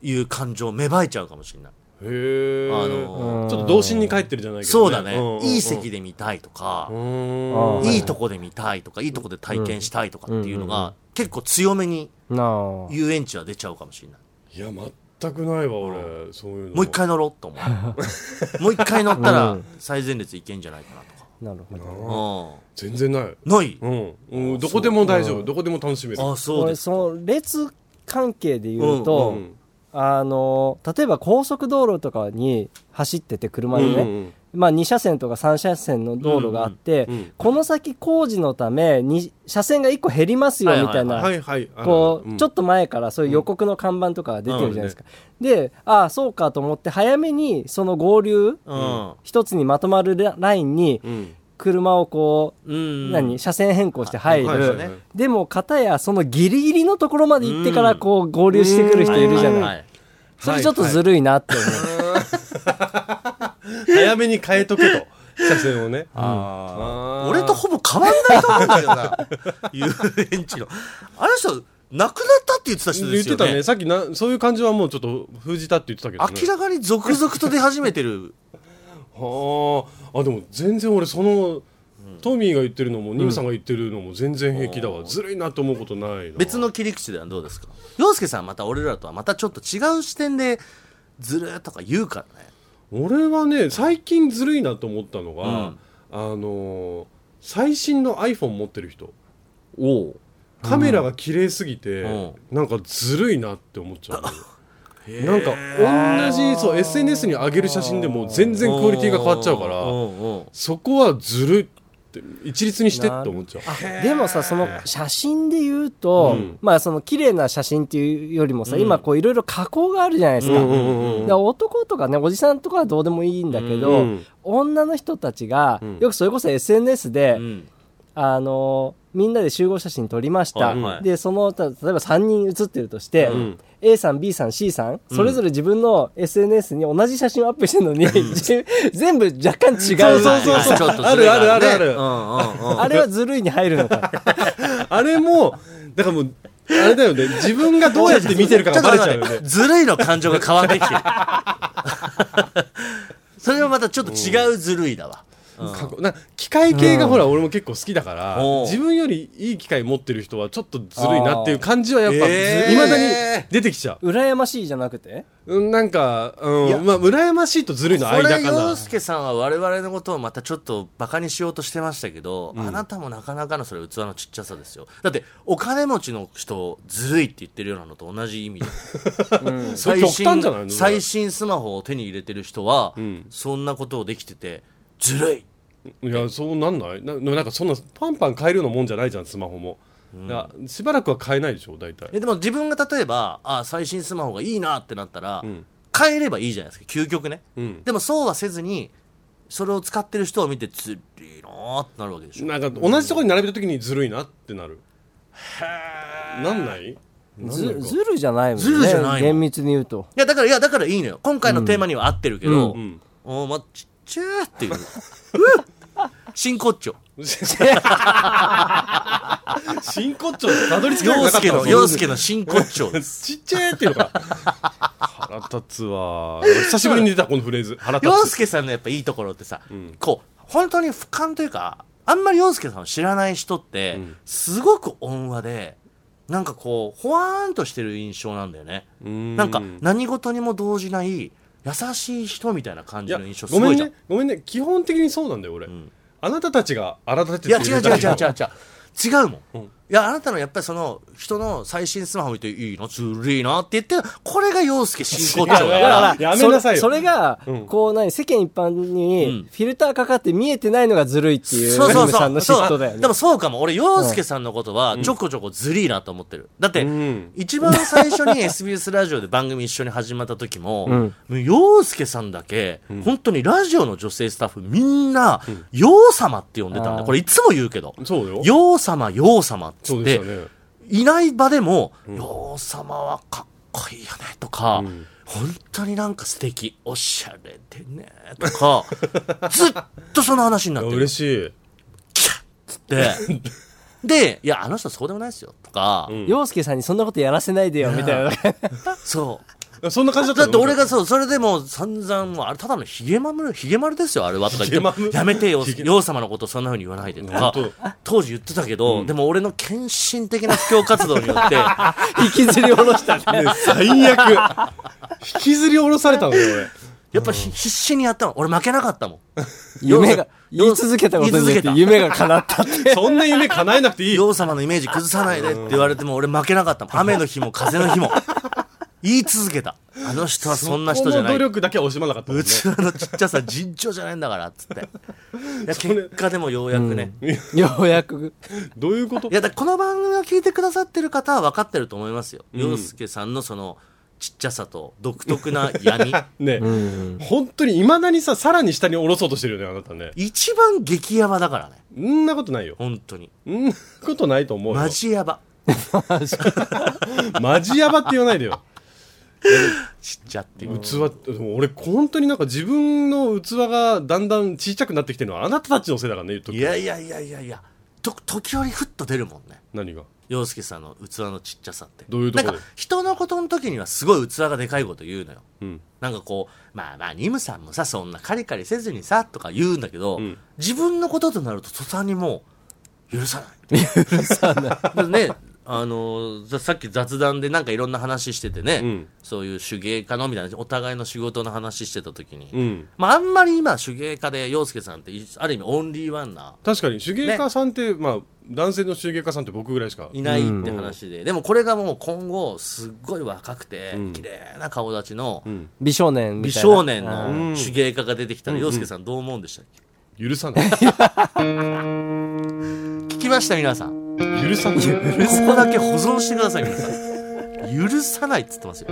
[SPEAKER 2] いう感情芽生えちゃうかもしれない、
[SPEAKER 3] へー
[SPEAKER 2] あのー
[SPEAKER 4] うん
[SPEAKER 3] ちょっと童心に帰ってるじゃないけど、
[SPEAKER 2] そうだね、
[SPEAKER 3] んうんうん
[SPEAKER 2] いい席で見たいとか
[SPEAKER 3] う、
[SPEAKER 4] う
[SPEAKER 3] ー
[SPEAKER 4] ん
[SPEAKER 2] いいとこで見たいとかいいとこで体験したいとかっていうのが結構強めに
[SPEAKER 4] なあ
[SPEAKER 2] 遊園地は出ちゃうかもしれない
[SPEAKER 3] ん。いや、全くないわ、俺。そういうの。
[SPEAKER 2] もう一。回乗ろうと思 <laughs> うもう一回乗ったら
[SPEAKER 4] うん
[SPEAKER 2] 最前列いけんじゃないかなとか、
[SPEAKER 4] なるほど
[SPEAKER 2] う
[SPEAKER 3] 全然ない。
[SPEAKER 2] ん、ない、
[SPEAKER 3] うん。うん、どこでも大丈夫。どこでも楽しめる。
[SPEAKER 2] あそうで
[SPEAKER 4] 俺
[SPEAKER 2] す
[SPEAKER 4] その列関係で言う
[SPEAKER 3] う
[SPEAKER 4] と、
[SPEAKER 3] ん。
[SPEAKER 4] あの例えば高速道路とかに走ってて車でね、
[SPEAKER 3] うんうん
[SPEAKER 4] まあ、2車線とか3車線の道路があって、
[SPEAKER 3] うんうん
[SPEAKER 4] この先工事のために車線が1個減りますよ
[SPEAKER 2] はいはい
[SPEAKER 4] みたいな、
[SPEAKER 3] はいはいあの
[SPEAKER 4] こう、
[SPEAKER 3] ん
[SPEAKER 4] ちょっと前からそういう予告の看板とかが出てるじゃないですか。で、ああ、そうかと思って、早めにその合流、
[SPEAKER 2] うん。
[SPEAKER 4] 一つにまとまるララインに、
[SPEAKER 3] うん
[SPEAKER 4] 車をこう、
[SPEAKER 2] うん。
[SPEAKER 4] 何、車線変更して入る。
[SPEAKER 3] はいはいはい
[SPEAKER 4] でも、片やそのギリギリのところまで行ってから、こう、合流してくる人いるじゃない。
[SPEAKER 2] はい。
[SPEAKER 4] それちょっとずるいなって思う。
[SPEAKER 3] <laughs> 早めに変えとけと車線をねあー
[SPEAKER 2] 俺とほぼ変わんないと思うんだけどな。遊園地の。あの人、亡くなったって言ってた人
[SPEAKER 3] 言
[SPEAKER 2] で
[SPEAKER 3] っ
[SPEAKER 2] すよ
[SPEAKER 3] てたね
[SPEAKER 2] ね。
[SPEAKER 3] さっきなそういう感じはもうちょっと封じたって言ってたけどね
[SPEAKER 2] 明らかに続々と出始めてる。
[SPEAKER 3] はああでも全然俺そのトミーが言ってるのもニムさんが言ってるのも全然平気だわずるいなと思うことないな
[SPEAKER 2] <laughs> 別の切り口ではどうですか洋介さんまた俺らとはまたちょっと違う視点でずるーとか言うからね
[SPEAKER 3] 俺はね最近ずるいなと思ったのが、
[SPEAKER 2] うん
[SPEAKER 3] あのー最新の iPhone 持ってる人
[SPEAKER 2] おう
[SPEAKER 3] カメラが綺麗すぎて、
[SPEAKER 2] う
[SPEAKER 3] なんかずるいなって思っちゃうのよ、なんか同じそう SNS に上げる写真でも全然クオリティが変わっちゃうから
[SPEAKER 2] うんうんうん
[SPEAKER 3] そこはずるいって一律にしてって思っちゃう
[SPEAKER 4] でもさその写真で言うと、
[SPEAKER 3] うん
[SPEAKER 4] まあその綺麗な写真っていうよりもさ、今こういろいろ加工があるじゃないですか,、
[SPEAKER 3] うんうんうんうん
[SPEAKER 4] で男とかねおじさんとかはどうでもいいんだけど、
[SPEAKER 3] うん
[SPEAKER 4] 女の人たちが、
[SPEAKER 3] ん
[SPEAKER 4] よくそれこそ SNS で、
[SPEAKER 2] うん
[SPEAKER 4] あのみんなで集合写真撮りました、
[SPEAKER 2] はいはい
[SPEAKER 4] でそのた例えば3人写ってるとして、
[SPEAKER 3] ん
[SPEAKER 4] A さん B さん C さんそれぞれ自分の SNS に同じ写真をアップしてるのに、 <laughs> 全部若干違う
[SPEAKER 3] そうそうそう
[SPEAKER 2] ちょっとずるいな
[SPEAKER 3] あるあるあるある
[SPEAKER 2] ねうんうんうん
[SPEAKER 4] あれはずるいに入るのか
[SPEAKER 2] <laughs>
[SPEAKER 3] あれもだからもうあれだよね自分がどうやって見てるかがバレちゃうよ
[SPEAKER 2] ょっと待
[SPEAKER 3] ね
[SPEAKER 2] ってずるいの感情が変わってきてる <laughs> それはまたちょっと違うずるいだわ
[SPEAKER 3] かっこなんか機械系がほら俺も結構好きだから、
[SPEAKER 2] おう
[SPEAKER 3] 自分よりいい機械持ってる人はちょっとずるいなっていう感じはやっぱ
[SPEAKER 2] あーえー
[SPEAKER 3] いまだに出てきちゃう
[SPEAKER 4] 羨ましいじゃなくて
[SPEAKER 3] うんなんか、うん、まあ、羨ましいとずるいの
[SPEAKER 2] こ
[SPEAKER 3] 間
[SPEAKER 2] れ
[SPEAKER 3] かな
[SPEAKER 2] 洋。介さんは我々のことをまたちょっとバカにしようとしてましたけど、あなたもなかなかのそれ器のちっちゃさですよだってお金持ちの人ずるいって言ってるようなのと同じ意
[SPEAKER 3] <laughs>
[SPEAKER 2] 味で、
[SPEAKER 3] それ
[SPEAKER 2] 最
[SPEAKER 3] 極端じゃない
[SPEAKER 2] 新
[SPEAKER 3] の
[SPEAKER 2] 最新スマホを手に入れてる人は、
[SPEAKER 3] ん
[SPEAKER 2] そんなことをできててずるい
[SPEAKER 3] いや、そうなんないななんかそんな、パンパン買えるようなもんじゃないじゃん、スマホも。だからしばらくは買えないでしょ、大体。
[SPEAKER 2] えでも自分が例えばあ最新スマホがいいなってなったら、変えればいいじゃないですか究極ね、
[SPEAKER 3] ん
[SPEAKER 2] でもそうはせずにそれを使ってる人を見てずるいなーってなるわけでしょ
[SPEAKER 3] なんか、同じところに並べた時にずるいなってなる。なんないなんない
[SPEAKER 4] ず
[SPEAKER 3] か
[SPEAKER 4] ずるじゃないもんね
[SPEAKER 2] ずるじゃないの
[SPEAKER 4] 厳密に言
[SPEAKER 2] <laughs>
[SPEAKER 4] うと
[SPEAKER 2] いや、だから、いや、だからいいのよ。今回のテーマには合ってるけど、
[SPEAKER 3] うんうん
[SPEAKER 2] おーまあ、ちっちゃーって
[SPEAKER 3] <laughs>
[SPEAKER 2] いう。うっ真骨頂。
[SPEAKER 3] 真骨頂にたどり着けな
[SPEAKER 2] 洋
[SPEAKER 3] かった
[SPEAKER 2] 介
[SPEAKER 3] わ <laughs>
[SPEAKER 2] の、洋介の真骨頂です。
[SPEAKER 3] ちっちゃいっていうのが。腹立つわ。久しぶりに出た、このフレーズ。腹立
[SPEAKER 2] 洋
[SPEAKER 3] つ。
[SPEAKER 2] 介さんのやっぱいいところってさ、こう、本当に俯瞰というか、あんまり洋介さんを知らない人って、すごく温和で、なんかこう、ほわーんとしてる印象なんだよね。
[SPEAKER 3] ん
[SPEAKER 2] なんか、何事にも動じない、優しい人みたいな感
[SPEAKER 3] い
[SPEAKER 2] じ
[SPEAKER 3] や
[SPEAKER 2] の印象す
[SPEAKER 3] ご
[SPEAKER 2] ご
[SPEAKER 3] め
[SPEAKER 2] い
[SPEAKER 3] ん
[SPEAKER 2] じゃん。
[SPEAKER 3] ね、ごめんね。基本的にそうなんだよ、俺。あなたたちが荒立て
[SPEAKER 2] いや、
[SPEAKER 3] て
[SPEAKER 2] 違う違う違う違う違う。違うもん。いや、あなたのやっぱりその、人の最新スマホ見て、いいな、ずるいなって言って、これが洋介真骨頂
[SPEAKER 3] 違
[SPEAKER 2] だか
[SPEAKER 3] う
[SPEAKER 2] ら。
[SPEAKER 3] あやめなさいよ
[SPEAKER 4] それそれが、
[SPEAKER 3] うん
[SPEAKER 4] こう何世間一般
[SPEAKER 2] うん
[SPEAKER 4] にフィルターかかって見えてないのがずるいっていう、
[SPEAKER 2] そうそう
[SPEAKER 4] レムさ
[SPEAKER 2] そ
[SPEAKER 4] んの
[SPEAKER 2] う。
[SPEAKER 4] 嫉
[SPEAKER 2] そ
[SPEAKER 4] 妬
[SPEAKER 2] う
[SPEAKER 4] だよね
[SPEAKER 2] でもそうかも。俺、洋介さんのことは、ちょこちょこずるいなと思ってる。だって、
[SPEAKER 3] うん
[SPEAKER 2] 一番最初に SBS ラジオで番組一緒に始まった時も、
[SPEAKER 4] ん
[SPEAKER 2] もう洋介さんだけ、本当にラジオの女性スタッフみんな、洋様って呼んでたんだ
[SPEAKER 4] あ
[SPEAKER 2] よ。
[SPEAKER 4] ー
[SPEAKER 2] これいつも言うけど。
[SPEAKER 3] そうよ。
[SPEAKER 2] 洋様、洋様っつ
[SPEAKER 3] そ
[SPEAKER 2] っ
[SPEAKER 3] う
[SPEAKER 2] て
[SPEAKER 3] でし、たね。
[SPEAKER 2] いない場でも、洋様はかっこいいよねとか、本当になんか素敵、おしゃれでねとか、
[SPEAKER 3] <laughs>
[SPEAKER 2] ずっとその話になってる。
[SPEAKER 3] 嬉しい。
[SPEAKER 2] キャッつって。 <laughs> で、いや、あの人そうでもないですよとか、
[SPEAKER 3] ん
[SPEAKER 4] 洋介さんにそんなことやらせないでよみたいな
[SPEAKER 2] そう。
[SPEAKER 3] そんな感じだった
[SPEAKER 2] だって俺
[SPEAKER 3] が、
[SPEAKER 2] がそう、それでもう散々、もうあれただのヒゲマム、ヒゲ丸ですよ、あれはとか言って
[SPEAKER 3] ヒゲ丸
[SPEAKER 2] やめてよ、洋様のことそんな風に言わないでとか
[SPEAKER 3] 本、
[SPEAKER 2] 当時言ってたけど、でも俺の献身的な布教活動によって、
[SPEAKER 4] <laughs> 引きずり下ろしたね
[SPEAKER 3] ね最悪。引きずり下ろされたのよ、
[SPEAKER 2] やっぱひ必死にやったの。俺負けなかったもん。
[SPEAKER 4] 夢が言い続けたことによって
[SPEAKER 2] 言い
[SPEAKER 4] 夢が叶ったって
[SPEAKER 3] 俺。
[SPEAKER 2] <laughs>
[SPEAKER 3] そんな夢叶えなくていいよ。
[SPEAKER 2] <laughs> 洋様のイメージ崩さないでって言われても俺負けなかったもん。雨の日も風の日も。言い続けた。あの人はそんな人じゃな
[SPEAKER 3] そこの努
[SPEAKER 2] い。
[SPEAKER 3] 力だけは惜しまなかったもん
[SPEAKER 2] う
[SPEAKER 3] ね
[SPEAKER 2] ちのちっちゃさ尋常じゃないんだから、つって。いや、結果でもようやくね。
[SPEAKER 4] <laughs> ようやく。
[SPEAKER 3] どういうこと
[SPEAKER 2] いや、だからこの番組を聞いてくださってる方は分かってると思いますよ。洋介さんのその、ちっちゃさと独特な <laughs> 闇。
[SPEAKER 3] ね、
[SPEAKER 4] うん。
[SPEAKER 3] 本当にいまだにささらに下に下ろそうとしてるよねあなたね
[SPEAKER 2] 一番激ヤバだからね。
[SPEAKER 3] んなことないよ
[SPEAKER 2] 本当に。
[SPEAKER 3] んなことないと思うよ
[SPEAKER 2] マジヤバ。
[SPEAKER 3] マジヤバって言わないでよ
[SPEAKER 2] ちっちゃっていう。
[SPEAKER 3] 器ってでも俺本当になんか自分の器がだんだん小さくなってきてるのはあなたたちのせいだからね言っとく
[SPEAKER 2] いやいやいやいやいや。と時折ふっと出るもんね。
[SPEAKER 3] 何が
[SPEAKER 2] 洋介さんの器のちっちゃさって
[SPEAKER 3] どういうとこで
[SPEAKER 2] なんか人のことの時にはすごい器がでかいこと言うのよ
[SPEAKER 3] うん
[SPEAKER 2] なんかこうまあまあニムさんもさそんなカリカリせずにさとか言うんだけど、
[SPEAKER 3] ん
[SPEAKER 2] 自分のこととなると途端にもう許さ
[SPEAKER 3] <laughs>
[SPEAKER 2] ない許さないねあのささっき雑談でなんかいろんな話しててね、
[SPEAKER 3] ん
[SPEAKER 2] そういう手芸家のみたいなお互いの仕事の話してた時に、
[SPEAKER 3] うん
[SPEAKER 2] まあ、あんまり今手芸家で洋介さんっていある意味オンリーワンな
[SPEAKER 3] 確かに手芸家さんって、まあ男性の手芸家さんって僕ぐらいしか
[SPEAKER 2] いないって話で、でもこれがもう今後すっごい若くて、綺麗な顔立ちの
[SPEAKER 3] ん
[SPEAKER 4] 美少年
[SPEAKER 2] 美
[SPEAKER 4] みたいな。
[SPEAKER 2] 少年
[SPEAKER 4] う
[SPEAKER 2] の手芸家が出てきたら、洋介さんどう思うんでしたっ
[SPEAKER 3] 許さ
[SPEAKER 2] <laughs>
[SPEAKER 3] ない
[SPEAKER 2] け聞きました皆さん
[SPEAKER 3] 許さない
[SPEAKER 2] ここだけ保存してください皆さん許さないっつってますよ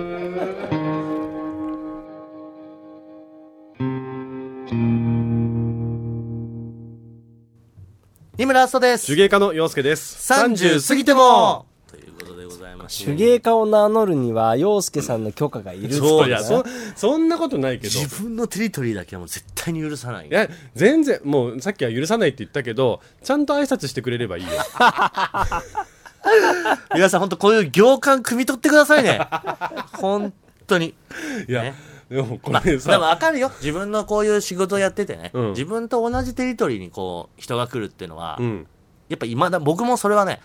[SPEAKER 2] 二村ストです
[SPEAKER 3] 手芸家の洋介です
[SPEAKER 2] 30過ぎてもということでございまして
[SPEAKER 4] 手芸家を名乗るには、洋介さんの許可がいる
[SPEAKER 2] そう
[SPEAKER 3] い
[SPEAKER 2] だ
[SPEAKER 3] やそそんなことないけど
[SPEAKER 2] 自分のテリトリーだけはもう絶対に許さない
[SPEAKER 3] いや全然もうさっきは許さないって言ったけどちゃんと挨拶してくれれ
[SPEAKER 2] <laughs>
[SPEAKER 3] ばいいよ
[SPEAKER 2] 皆さん本当こういう行間汲み取ってくださ
[SPEAKER 3] <laughs>
[SPEAKER 2] いね本当に
[SPEAKER 3] いや、
[SPEAKER 2] ね
[SPEAKER 3] でもこ
[SPEAKER 2] まあ、で
[SPEAKER 3] れ
[SPEAKER 2] も
[SPEAKER 3] さ、
[SPEAKER 2] わかるよ自分のこういう仕事をやっててね、
[SPEAKER 3] うん
[SPEAKER 2] 自分と同じテリトリーにこう人が来るっていうのは、
[SPEAKER 3] うん、
[SPEAKER 2] やっぱ今だ僕もそれはね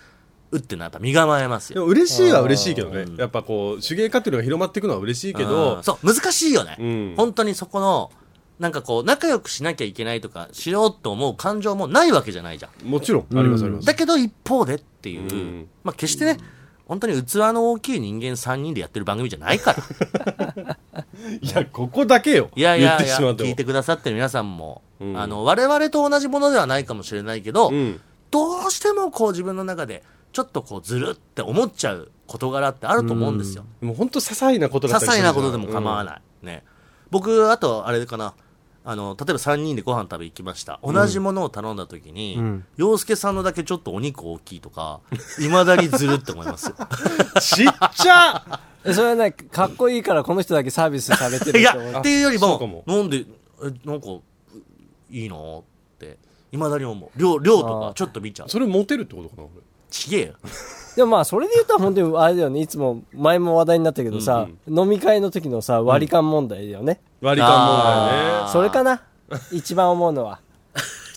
[SPEAKER 2] うってなやっぱ身構えます
[SPEAKER 3] で
[SPEAKER 2] よ
[SPEAKER 3] も嬉しいは嬉しいけどねやっぱこう手芸家っていうのが広まっていくのは嬉しいけ
[SPEAKER 2] う
[SPEAKER 3] ど
[SPEAKER 2] んそう難しいよね、
[SPEAKER 3] うん
[SPEAKER 2] 本当にそこのなんかこう仲良くしなきゃいけないとかしようと思う感情もないわけじゃないじゃん
[SPEAKER 3] もちろんありますあります、
[SPEAKER 2] だけど一方でっていう、
[SPEAKER 3] うん
[SPEAKER 2] まあ決してね本当に器の大きい人間3人でやってる番組じゃないから
[SPEAKER 3] いやここだけよ
[SPEAKER 2] いやいや
[SPEAKER 3] 言っ
[SPEAKER 2] い
[SPEAKER 3] て
[SPEAKER 2] や、
[SPEAKER 3] しまっても
[SPEAKER 2] 聞いてくださってる皆さんも、
[SPEAKER 3] うん
[SPEAKER 2] あの、我々と同じものではないかもしれないけど、
[SPEAKER 3] うん
[SPEAKER 2] どうしてもこう自分の中で、ちょっとこうずるって思っちゃう事柄ってあると思うんですよ。
[SPEAKER 3] もう本当些細なことだ
[SPEAKER 2] 些
[SPEAKER 3] ったりす
[SPEAKER 2] 細
[SPEAKER 3] る
[SPEAKER 2] なことでも構わ
[SPEAKER 3] ない、
[SPEAKER 2] ない。ね。僕、あと、あれかな。あの、例えば3人でご飯食べ行きました。同じものを頼んだ時に、
[SPEAKER 4] ん
[SPEAKER 2] 洋介さんのだけちょっとお肉大きいとか、未だにずるって思いますよ。
[SPEAKER 3] うんちっちゃ
[SPEAKER 4] えそれはね、かっこいいからこの人だけサービスされてる
[SPEAKER 2] い
[SPEAKER 4] と思
[SPEAKER 2] や、
[SPEAKER 4] う
[SPEAKER 2] っていうより
[SPEAKER 3] そうか
[SPEAKER 2] も
[SPEAKER 3] も、
[SPEAKER 2] なんで、えなんか、いいなーって、いまだに思う。量、量と
[SPEAKER 4] あ
[SPEAKER 2] か
[SPEAKER 4] ー、
[SPEAKER 2] ちょっと見ちゃう。
[SPEAKER 3] それモテるってことかな俺
[SPEAKER 2] ちげえよ。 <laughs>
[SPEAKER 4] でもまあ、それで言うと本当にあれだよね。いつも、前も話題になったけどさ、飲み会の時のさ、割り勘問題だよね。
[SPEAKER 3] 割り勘問題
[SPEAKER 2] あ
[SPEAKER 3] ね
[SPEAKER 2] ー
[SPEAKER 4] それかな一番思うのは。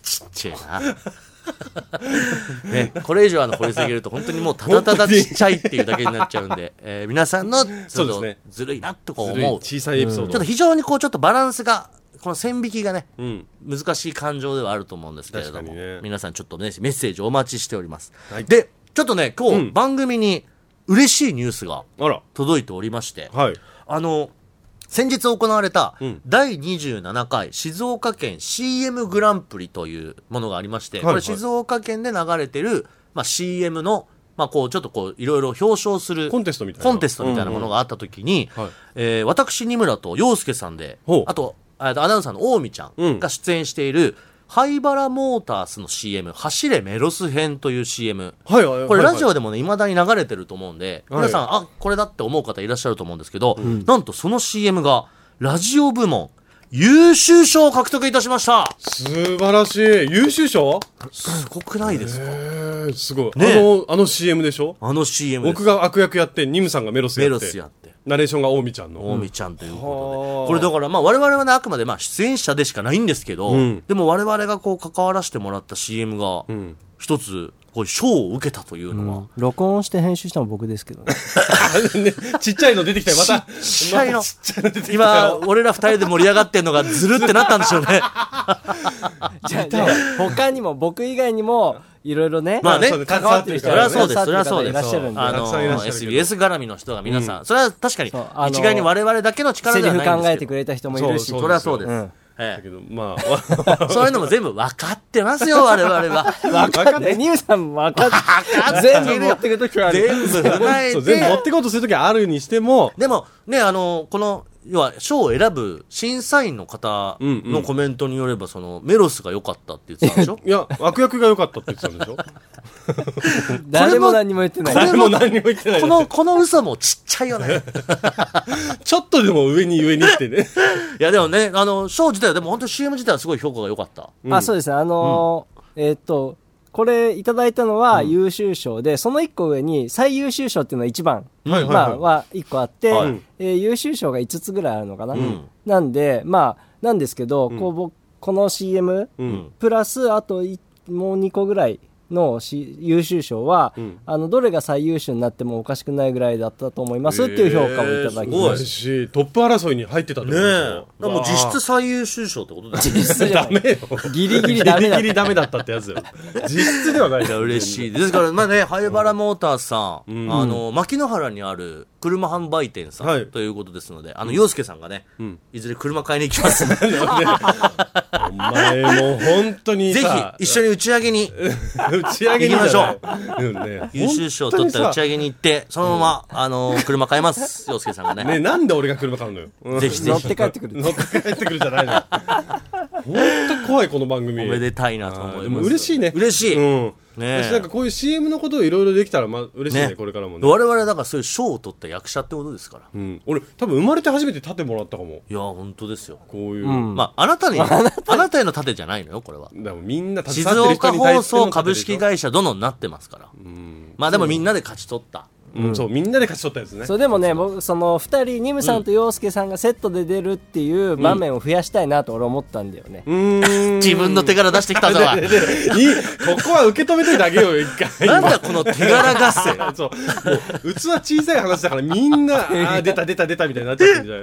[SPEAKER 2] ちっちゃ
[SPEAKER 3] <laughs>
[SPEAKER 2] いな。ね、これ以上あの掘り下げると本当にもうただただちっちゃいっていうだけになっちゃうんで、えー皆さんのそ
[SPEAKER 3] そう
[SPEAKER 2] の
[SPEAKER 3] ですね
[SPEAKER 2] ずるいなとこう
[SPEAKER 3] ずるい
[SPEAKER 2] 思う。ち
[SPEAKER 3] 小さいエピソー
[SPEAKER 2] ょっ
[SPEAKER 3] ド、
[SPEAKER 2] と非常にこうちょっとバランスが、この線引きがね、
[SPEAKER 3] うん
[SPEAKER 2] 難しい感情ではあると思うんですけれど
[SPEAKER 3] 確か
[SPEAKER 2] も、
[SPEAKER 3] にね
[SPEAKER 2] 皆さんちょっとね、メッセージお待ちしております。
[SPEAKER 3] はい
[SPEAKER 2] で、ちょっとね、今
[SPEAKER 3] う
[SPEAKER 2] 日
[SPEAKER 3] ん
[SPEAKER 2] 番組に嬉しいニュースが
[SPEAKER 3] あら
[SPEAKER 2] 届いておりまして、
[SPEAKER 3] はい
[SPEAKER 2] あの、先日行われた
[SPEAKER 3] ん
[SPEAKER 2] 第27回静岡県 CM グランプリというものがありまして、
[SPEAKER 3] はいはい
[SPEAKER 2] これ静岡県で流れてる、まあ、CM の、まあ、こう、ちょっとこう、いろいろ表彰する
[SPEAKER 3] コンテストみたいな
[SPEAKER 2] コンテストみたいなものがあったときに、
[SPEAKER 3] うんうんはい
[SPEAKER 2] えー私、二村と洋介さんで
[SPEAKER 3] ほう、
[SPEAKER 2] あと、あとアナウンサーの近江ちゃんが出演している、ハイバラモータースの CM、走れメロス編という CM。
[SPEAKER 3] はいはいはい
[SPEAKER 2] これラジオ
[SPEAKER 3] は
[SPEAKER 2] でもね、未だに流れてると思うんで、
[SPEAKER 3] はい
[SPEAKER 2] 皆さん、あ、これだって思う方いらっしゃると思うんですけど、なんとその CM が、ラジオ部門、優秀賞を獲得いたしました
[SPEAKER 3] い素晴らしい優秀賞
[SPEAKER 2] すごくないですか
[SPEAKER 3] えー、すごい、
[SPEAKER 2] ねえ
[SPEAKER 3] あのあの CM でしょ
[SPEAKER 2] あの CM です。
[SPEAKER 3] 僕が悪役やってニムさんがメロスや
[SPEAKER 2] メ
[SPEAKER 3] って
[SPEAKER 2] ロスやって、
[SPEAKER 3] ナレーションが近江ちゃんの、
[SPEAKER 2] 大見ちゃんという
[SPEAKER 3] はあ
[SPEAKER 2] ことで。これだから、まあ我々はね、あくまでまあ出演者でしかないんですけど、
[SPEAKER 3] うん
[SPEAKER 2] でも我々がこう関わらせてもらった CM が、一つこういう賞を受けたというのは、
[SPEAKER 4] 録音して編集したの僕ですけどね。
[SPEAKER 3] ね <laughs> ちっちゃいの出てきたよ、また。
[SPEAKER 2] ちっちゃいの
[SPEAKER 3] またちっちゃいの出てきた
[SPEAKER 2] 今
[SPEAKER 3] よ。
[SPEAKER 2] 俺ら二人で盛り上がってんのがずるってなったんでしょうね
[SPEAKER 4] <laughs> じゃあね、他にも、僕以外にも、いろいろね、
[SPEAKER 2] まあね
[SPEAKER 3] そうね
[SPEAKER 2] 関わってる人はねそ
[SPEAKER 4] 関
[SPEAKER 2] りゃそうですそり
[SPEAKER 4] わ
[SPEAKER 2] ゃ
[SPEAKER 4] ってる
[SPEAKER 2] そう
[SPEAKER 4] 方
[SPEAKER 2] で
[SPEAKER 4] いらっしゃるんで。
[SPEAKER 2] あ
[SPEAKER 3] た
[SPEAKER 2] の
[SPEAKER 3] くさんいらっしゃるけど
[SPEAKER 2] SBS 絡みの人が皆さん、それは確かに
[SPEAKER 4] そうあの
[SPEAKER 2] 一概に我々だけの力
[SPEAKER 4] セ
[SPEAKER 2] で
[SPEAKER 4] リ
[SPEAKER 2] は
[SPEAKER 4] フ
[SPEAKER 2] ないん
[SPEAKER 4] 考
[SPEAKER 2] です
[SPEAKER 4] え
[SPEAKER 2] け
[SPEAKER 4] て
[SPEAKER 2] ど
[SPEAKER 4] くれた人もいるし。
[SPEAKER 3] そう
[SPEAKER 2] それはそうです、
[SPEAKER 4] うん
[SPEAKER 2] え
[SPEAKER 3] だけ
[SPEAKER 2] え
[SPEAKER 3] ど、ま
[SPEAKER 2] そういうのも全部分かってますよ我々は
[SPEAKER 3] あ、わか
[SPEAKER 4] ね、ニムさんも分かっ
[SPEAKER 2] か
[SPEAKER 4] て、
[SPEAKER 2] っ
[SPEAKER 4] 全部持ってくときはある。
[SPEAKER 2] 全部 <laughs> 踏ま
[SPEAKER 3] <laughs>
[SPEAKER 2] え
[SPEAKER 3] そう全部持っててこうとするときあるにしても、
[SPEAKER 2] でもねあのこの要は賞を選ぶ審査員の方
[SPEAKER 3] うんう
[SPEAKER 2] の
[SPEAKER 3] ん
[SPEAKER 2] コメントによればそのメロスが良かったって言ってたでしょ
[SPEAKER 3] いや、悪役が良かったって言ってたんでしょ
[SPEAKER 4] 誰も何も言ってない。
[SPEAKER 3] 誰も <laughs> 何にも言ってない
[SPEAKER 2] このこの嘘もちっちゃいよね
[SPEAKER 3] ちょっとでも上に上にってね。
[SPEAKER 2] いやでもね、あの、ショー自体はでも本当に CM 自体はすごい評価が良かった。
[SPEAKER 3] うん
[SPEAKER 4] あ、そうですね。あのーえーっと、これいただいたのは優秀賞で、その一個上に最優秀賞っていうのは一番、
[SPEAKER 3] はいはいはい
[SPEAKER 4] まあ、は一個あって、
[SPEAKER 2] はい
[SPEAKER 4] えー優秀賞が5つぐらいあるのかな。
[SPEAKER 2] ん
[SPEAKER 4] なんで、まあ、なんですけど、こう僕、この CM、
[SPEAKER 3] うん。
[SPEAKER 4] プラス、あとい、もう2個ぐらいのし優秀賞は、
[SPEAKER 3] ん
[SPEAKER 4] あの、どれが最優秀になってもおかしくないぐらいだったと思いますっていう評価をいただ
[SPEAKER 2] す
[SPEAKER 4] き
[SPEAKER 2] ご
[SPEAKER 4] ま
[SPEAKER 2] い
[SPEAKER 4] し
[SPEAKER 3] し、トップ争いに入ってたって
[SPEAKER 2] ねえ。だからもう実質
[SPEAKER 3] 質
[SPEAKER 2] 最優秀賞ってことだよね。
[SPEAKER 4] た。実質じゃ
[SPEAKER 3] ダ
[SPEAKER 4] な
[SPEAKER 3] メ
[SPEAKER 4] い
[SPEAKER 3] よ。
[SPEAKER 4] ギリギリダメだっ
[SPEAKER 3] <laughs> ギ
[SPEAKER 4] た
[SPEAKER 3] リギリダメだったってやつよ。実質ではない
[SPEAKER 2] いや、嬉しい。ですから、まあね、ハエバラモーターさん、
[SPEAKER 3] ん
[SPEAKER 2] あの、牧之原にある車販売店さん、
[SPEAKER 3] はい
[SPEAKER 2] ということですので、あの、洋介さんがね、
[SPEAKER 3] ん
[SPEAKER 2] いずれ車買いに行きますん
[SPEAKER 3] <laughs>
[SPEAKER 2] で、ぜ
[SPEAKER 3] お前もう本当に
[SPEAKER 2] ひ
[SPEAKER 3] さ、
[SPEAKER 2] 一緒に打ち上げに、
[SPEAKER 3] <laughs> 打ち上げに行きう。うんね
[SPEAKER 2] 優秀賞を取ったら打ち上げに行って、そのまま、あの、車買います、洋介さんがね。
[SPEAKER 3] ねなんで俺が車買うのよ。うん
[SPEAKER 2] <laughs> ぜひぜ
[SPEAKER 4] 乗っ
[SPEAKER 2] ひ、
[SPEAKER 4] て帰ってくる。
[SPEAKER 3] 乗って帰ってくるじゃないのよ。本当怖いこの番組。
[SPEAKER 2] おめでたいなと思います。
[SPEAKER 3] でも嬉しいね。
[SPEAKER 2] 嬉しい。
[SPEAKER 3] うん。
[SPEAKER 2] ねえ
[SPEAKER 3] 私なんかこういう CM のことをいろいろできたら、まあ、嬉しいね、
[SPEAKER 2] ね
[SPEAKER 3] これからもね。
[SPEAKER 2] 我々、だからそういう賞を取った役者ってことですから。
[SPEAKER 3] うん。俺、多分生まれて初めて立てもらったかも。
[SPEAKER 2] いや、本当ですよ。
[SPEAKER 3] こういう。
[SPEAKER 4] ん
[SPEAKER 2] まあ、あなたに、あなたへの盾じゃないのよ、これは。
[SPEAKER 3] でもみんな
[SPEAKER 2] 静
[SPEAKER 3] 携わってる人
[SPEAKER 2] 岡
[SPEAKER 3] に対
[SPEAKER 2] 放
[SPEAKER 3] しての
[SPEAKER 2] 送株式会社殿になってますから。まあでもみんなで勝ち取った。
[SPEAKER 3] うん、そう、みんなで勝ち取ったやつね。
[SPEAKER 4] そうでもね、僕、その2人、ニムさんと洋介さんがセットで出るっていう場面を増やしたいなと俺思ったんだよね。
[SPEAKER 3] う
[SPEAKER 2] <laughs>
[SPEAKER 3] ーん。
[SPEAKER 2] 自分の手柄出してきたぞ。 <laughs> おい
[SPEAKER 3] で、いい、ここは受け止めといてあげようよ、一回。
[SPEAKER 2] なんだこの手柄合 <laughs> 戦。
[SPEAKER 3] そう。もう、器小さい話だからみん
[SPEAKER 2] <laughs>
[SPEAKER 3] な、あー出た出た出たみたいになっちゃってるんじゃない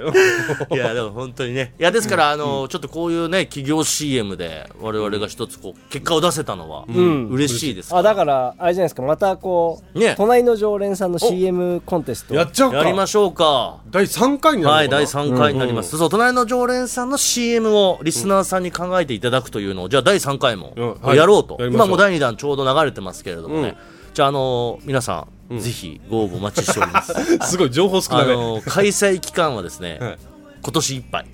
[SPEAKER 3] の
[SPEAKER 2] いや、でも本当にね。いや、ですから、あの、ちょっとこういうね、企業 CM で我々が一つこう、結果を出せたのは、嬉しいです。
[SPEAKER 4] あだから、あれじゃないですか、またこう、
[SPEAKER 2] ね
[SPEAKER 4] 隣の常連さんの CM コンテスト
[SPEAKER 3] やっちゃうか。
[SPEAKER 2] <laughs> やりましょうか。
[SPEAKER 3] 第3回にな
[SPEAKER 2] は
[SPEAKER 3] る
[SPEAKER 2] い、
[SPEAKER 3] のかな
[SPEAKER 2] 第3回になります。そう、隣の常連さんの CM をリスナーさんに考えていただくというのを、じゃあ第3回も
[SPEAKER 3] うんはい
[SPEAKER 2] やろうと。
[SPEAKER 3] やりましょう
[SPEAKER 2] 今もう第2弾ちょうど流れてますけれどもね。
[SPEAKER 3] うん
[SPEAKER 2] じゃあ、あのー皆さん、ぜひご応募お待ちしてお
[SPEAKER 3] <laughs>
[SPEAKER 2] ります。
[SPEAKER 3] すごい、情報少
[SPEAKER 2] あ
[SPEAKER 3] なめ。
[SPEAKER 2] のー開催期間はですね、
[SPEAKER 3] はい
[SPEAKER 2] 今年いっ
[SPEAKER 3] <laughs>
[SPEAKER 2] ぱい。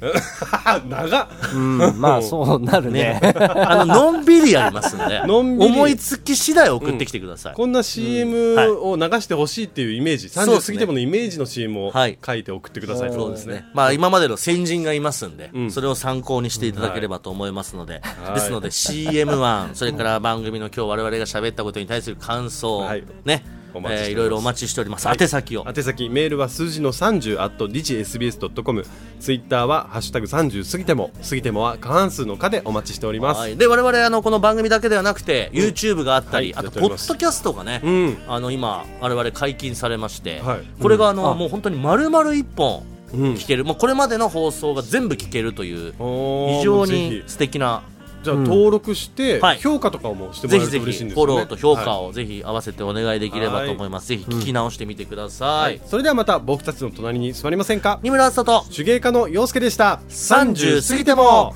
[SPEAKER 3] 長っ。
[SPEAKER 4] うん、まあそうなるね。
[SPEAKER 2] あの、のんびりやりますんで、
[SPEAKER 3] <laughs> のんびり
[SPEAKER 2] 思いつき次第送ってきてください。
[SPEAKER 3] こんな CM
[SPEAKER 2] はい
[SPEAKER 3] を流してほしいっていうイメージ、
[SPEAKER 2] そうで
[SPEAKER 3] 30
[SPEAKER 2] すね
[SPEAKER 3] 過ぎてものイメージの CM を
[SPEAKER 2] はい
[SPEAKER 3] 書いて送ってください、
[SPEAKER 2] そうですね。まあ今までの先人がいますんで、
[SPEAKER 3] ん
[SPEAKER 2] それを参考にしていただければと思いますので、
[SPEAKER 3] い
[SPEAKER 2] ですので CM1、それから番組の今日我々が喋ったことに対する感想、
[SPEAKER 3] はい
[SPEAKER 2] ね、え
[SPEAKER 3] お待ちしております
[SPEAKER 2] ーいろいろお待ちしております。宛先を。
[SPEAKER 3] 宛先メールは数字の30 at digisbs.com ツイッターは「ハッシュタグ #30 過ぎても」過ぎてもは過半数の「か」でお待ちしております、
[SPEAKER 2] はい、で我々あのこの番組だけではなくて、YouTube があったり、
[SPEAKER 3] はいや
[SPEAKER 2] あと
[SPEAKER 3] って
[SPEAKER 2] ポ
[SPEAKER 3] おります
[SPEAKER 2] ッドキャストがね、
[SPEAKER 3] うん
[SPEAKER 2] あの今我々解禁されまして、
[SPEAKER 3] はい
[SPEAKER 2] これがあの、
[SPEAKER 4] あ
[SPEAKER 2] もう本当に丸々一本
[SPEAKER 3] うん
[SPEAKER 2] 聞ける、もうこれまでの放送が全部聞けるという
[SPEAKER 3] おー
[SPEAKER 2] 非常
[SPEAKER 3] もうぜ
[SPEAKER 2] に
[SPEAKER 3] ひ
[SPEAKER 2] 素敵な
[SPEAKER 3] じゃあ登録して
[SPEAKER 2] はい
[SPEAKER 3] 評価とかもしても
[SPEAKER 2] ぜ
[SPEAKER 3] らえる
[SPEAKER 2] ひ
[SPEAKER 3] と
[SPEAKER 2] ぜ
[SPEAKER 3] 嬉しい
[SPEAKER 2] ひ
[SPEAKER 3] んです
[SPEAKER 2] フォ
[SPEAKER 3] よね
[SPEAKER 2] ローと評価
[SPEAKER 3] を、
[SPEAKER 2] をぜひ合わせてお願いできればと思います。ぜひ聞き直してみてくださ
[SPEAKER 3] はい
[SPEAKER 2] い。
[SPEAKER 3] それではまた僕たちの隣に座りませんか
[SPEAKER 2] 三村敦人と
[SPEAKER 3] 手芸家の陽介でした
[SPEAKER 2] 30過ぎても